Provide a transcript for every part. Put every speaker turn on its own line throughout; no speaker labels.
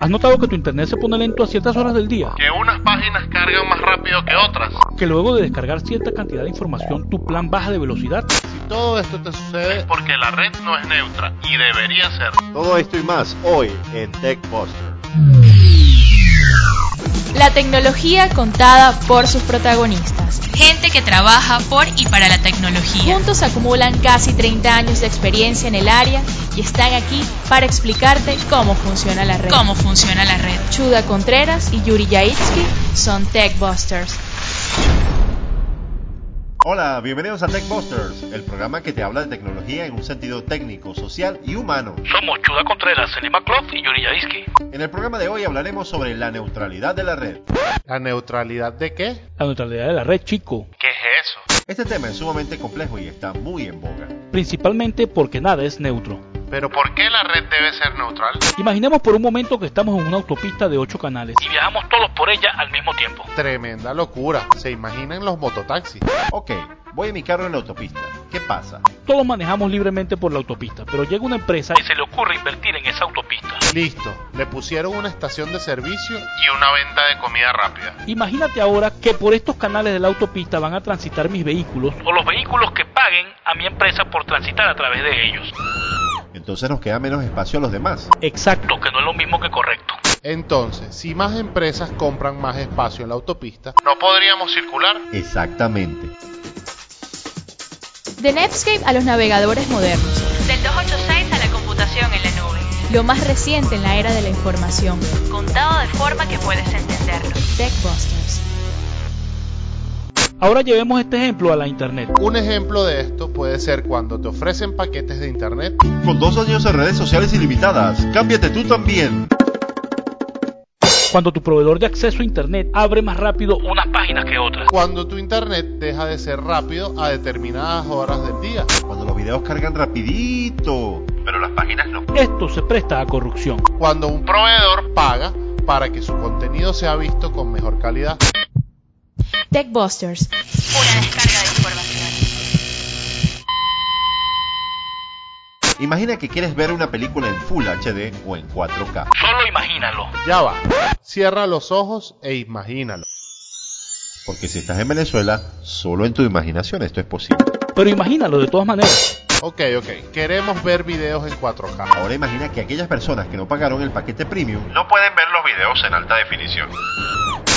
¿Has notado que tu internet se pone lento a ciertas horas del día?
Que unas páginas cargan más rápido que otras.
¿Que luego de descargar cierta cantidad de información tu plan baja de velocidad?
Si todo esto te sucede,
Porque la red no es neutra y debería ser.
todo esto y más hoy en TechBuster.
La tecnología contada por sus protagonistas.
Gente que trabaja por y para la tecnología.
Juntos acumulan casi 30 años de experiencia en el área y están aquí para explicarte cómo funciona la red.
Cómo funciona la red.
Chuda Contreras y Yuri Yaitsky son Techbusters.
Hola, bienvenidos a TechBusters, el programa que te habla de tecnología en un sentido técnico, social y humano.
Somos Chuda Contreras, Selima Clough y Yuri Yaisky.
En el programa de hoy hablaremos sobre la neutralidad de la red.
¿La neutralidad de qué?
La neutralidad de la red, chico.
¿Qué es eso?
Este tema es sumamente complejo y está muy en boga.
Principalmente porque nada es neutro.
Pero por...
¿Por qué la red debe ser neutral?
Imaginemos por un momento que estamos en una autopista de 8 canales.
Y viajamos todos por ella al mismo tiempo.
Tremenda locura. ¿Se imaginan los mototaxis?
Ok, voy en mi carro en la autopista. ¿Qué pasa?
Todos manejamos libremente por la autopista, pero llega una empresa
Y se le ocurre invertir en esa autopista.
Listo. Le pusieron una estación de servicio.
Y una venta de comida rápida.
Imagínate ahora que por estos canales de la autopista van a transitar mis vehículos
O los vehículos que paguen a mi empresa por transitar a través de ellos.
Entonces nos queda menos espacio a los demás.
Exacto.
Lo que no es lo mismo que correcto.
Entonces, si más empresas compran más espacio en la autopista,
¿No podríamos circular?
Exactamente.
De Netscape a los navegadores modernos,
Del 286 a la computación en la nube.
lo más reciente en la era de la información.
Contado de forma que puedes entenderlo.
Techbusters.
Ahora llevemos este ejemplo a la internet.
un ejemplo de esto puede ser cuando te ofrecen paquetes de internet.
Con dos años de redes sociales ilimitadas, cámbiate tú también.
Cuando tu proveedor de acceso a internet abre más rápido
Unas páginas que otras.
Cuando tu internet deja de ser rápido a determinadas horas del día.
Cuando los videos cargan rapidito.
Pero las páginas no.
Esto se presta a corrupción.
Cuando un proveedor paga para que su contenido sea visto con mejor calidad.
Techbusters.
Una descarga de información.
Imagina que quieres ver una película en Full HD o en 4K.
Solo imagínalo.
Ya va. Cierra los ojos e imagínalo.
Porque si estás en Venezuela, solo en tu imaginación esto es posible.
Pero imagínalo de todas maneras.
Ok, ok. Queremos ver videos en 4K.
Ahora imagina que aquellas personas que no pagaron el paquete premium
No pueden ver los videos en alta definición.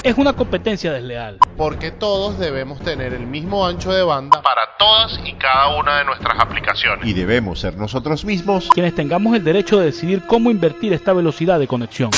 Es una competencia desleal.
porque todos debemos tener el mismo ancho de banda
Para todas y cada una de nuestras aplicaciones.
y debemos ser nosotros mismos,
Quienes tengamos el derecho de decidir cómo invertir esta velocidad de conexión.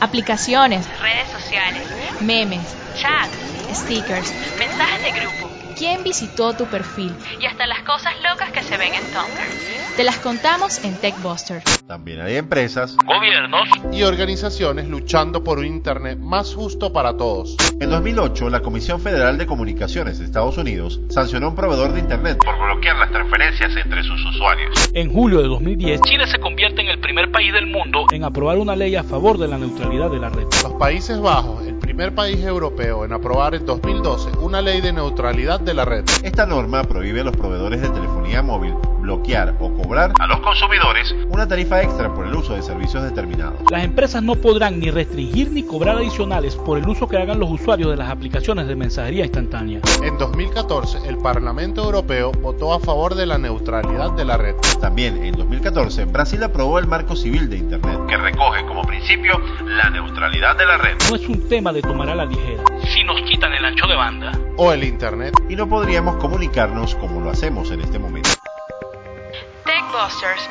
Aplicaciones,
Redes sociales.
memes,
Chat.
stickers.
Mensajes de grupo.
¿Quién visitó tu perfil?
Y hasta las cosas locas que se ven en Tumblr.
Te las contamos en Techbusters.
también hay empresas
Gobiernos.
y organizaciones luchando por un Internet más justo para todos.
En 2008, la Comisión Federal de Comunicaciones de Estados Unidos sancionó a un proveedor de Internet
Por bloquear las transferencias entre sus usuarios.
En julio de 2010,
Chile se convierte en el primer país del mundo
en aprobar una ley a favor de la neutralidad de la red.
Los Países Bajos, el primer país europeo en aprobar en 2012 una ley de neutralidad de la red.
Esta norma prohíbe a los proveedores de telefonía móvil bloquear o cobrar
a los consumidores
una tarifa extra por el uso de servicios determinados.
Las empresas no podrán ni restringir ni cobrar adicionales por el uso que hagan los usuarios de las aplicaciones de mensajería instantánea.
En 2014, el Parlamento Europeo votó a favor de la neutralidad de la red.
También en 2014, Brasil aprobó el Marco Civil de Internet.
que recoge como principio la neutralidad de la red.
No es un tema de tomar a la ligera.
Si nos quitan el ancho de banda,
O el Internet.
Y no podríamos comunicarnos como lo hacemos en este momento.
Techbusters.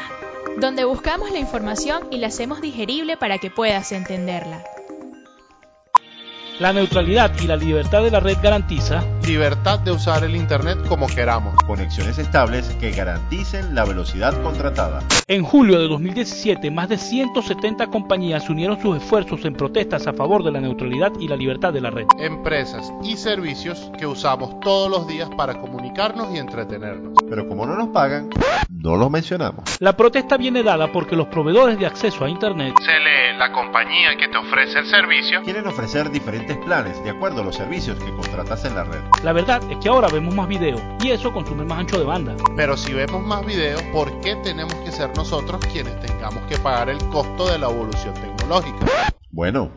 donde buscamos la información y la hacemos digerible para que puedas entenderla.
La neutralidad y la libertad de la red garantiza
Libertad de usar el Internet como queramos.
Conexiones estables que garanticen la velocidad contratada.
En julio de 2017, más de 170 compañías unieron sus esfuerzos en protestas a favor de la neutralidad y la libertad de la red.
Empresas y servicios que usamos todos los días para comunicarnos y entretenernos.
Pero como no nos pagan, no los mencionamos.
La protesta viene dada porque los proveedores de acceso a Internet
Se lee la compañía que te ofrece el servicio
Quieren ofrecer diferentes planes de acuerdo a los servicios que contratas en la red.
La verdad es que ahora vemos más videos y eso consume más ancho de banda.
Pero si vemos más videos, ¿por qué tenemos que ser nosotros quienes tengamos que pagar el costo de la evolución tecnológica? tecnológica.
Bueno,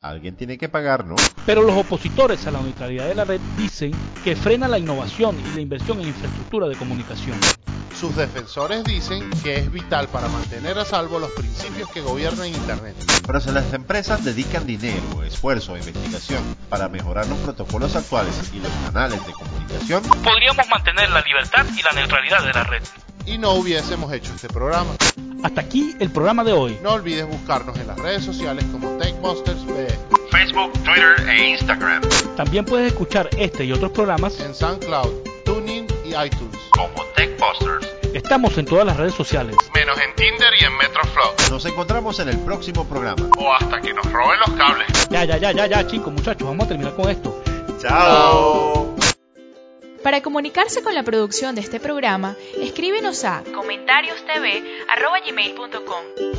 alguien tiene que pagar, ¿no?
Pero los opositores a la neutralidad de la red dicen que frena la innovación y la inversión en infraestructura de comunicación.
Sus defensores dicen que es vital para mantener a salvo los principios que gobiernan Internet.
Pero si las empresas dedican dinero, esfuerzo e investigación para mejorar los protocolos actuales y los canales de comunicación,
Podríamos mantener la libertad y la neutralidad de la red.
Y no hubiésemos hecho este programa.
Hasta aquí el programa de hoy.
No olvides buscarnos en las redes sociales como TechBusters BE,
Facebook, Twitter e Instagram
También puedes escuchar este y otros programas.
en SoundCloud, TuneIn y iTunes.
como TechBusters,
Estamos en todas las redes sociales.
menos en Tinder y en Metroflog,
nos encontramos en el próximo programa.
o hasta que nos roben los cables.
Ya, ya, ya, ya, ya, chicos, muchachos, vamos a terminar con esto.
Chao.
Para comunicarse con la producción de este programa, escríbenos a
comentariostv.gmail.com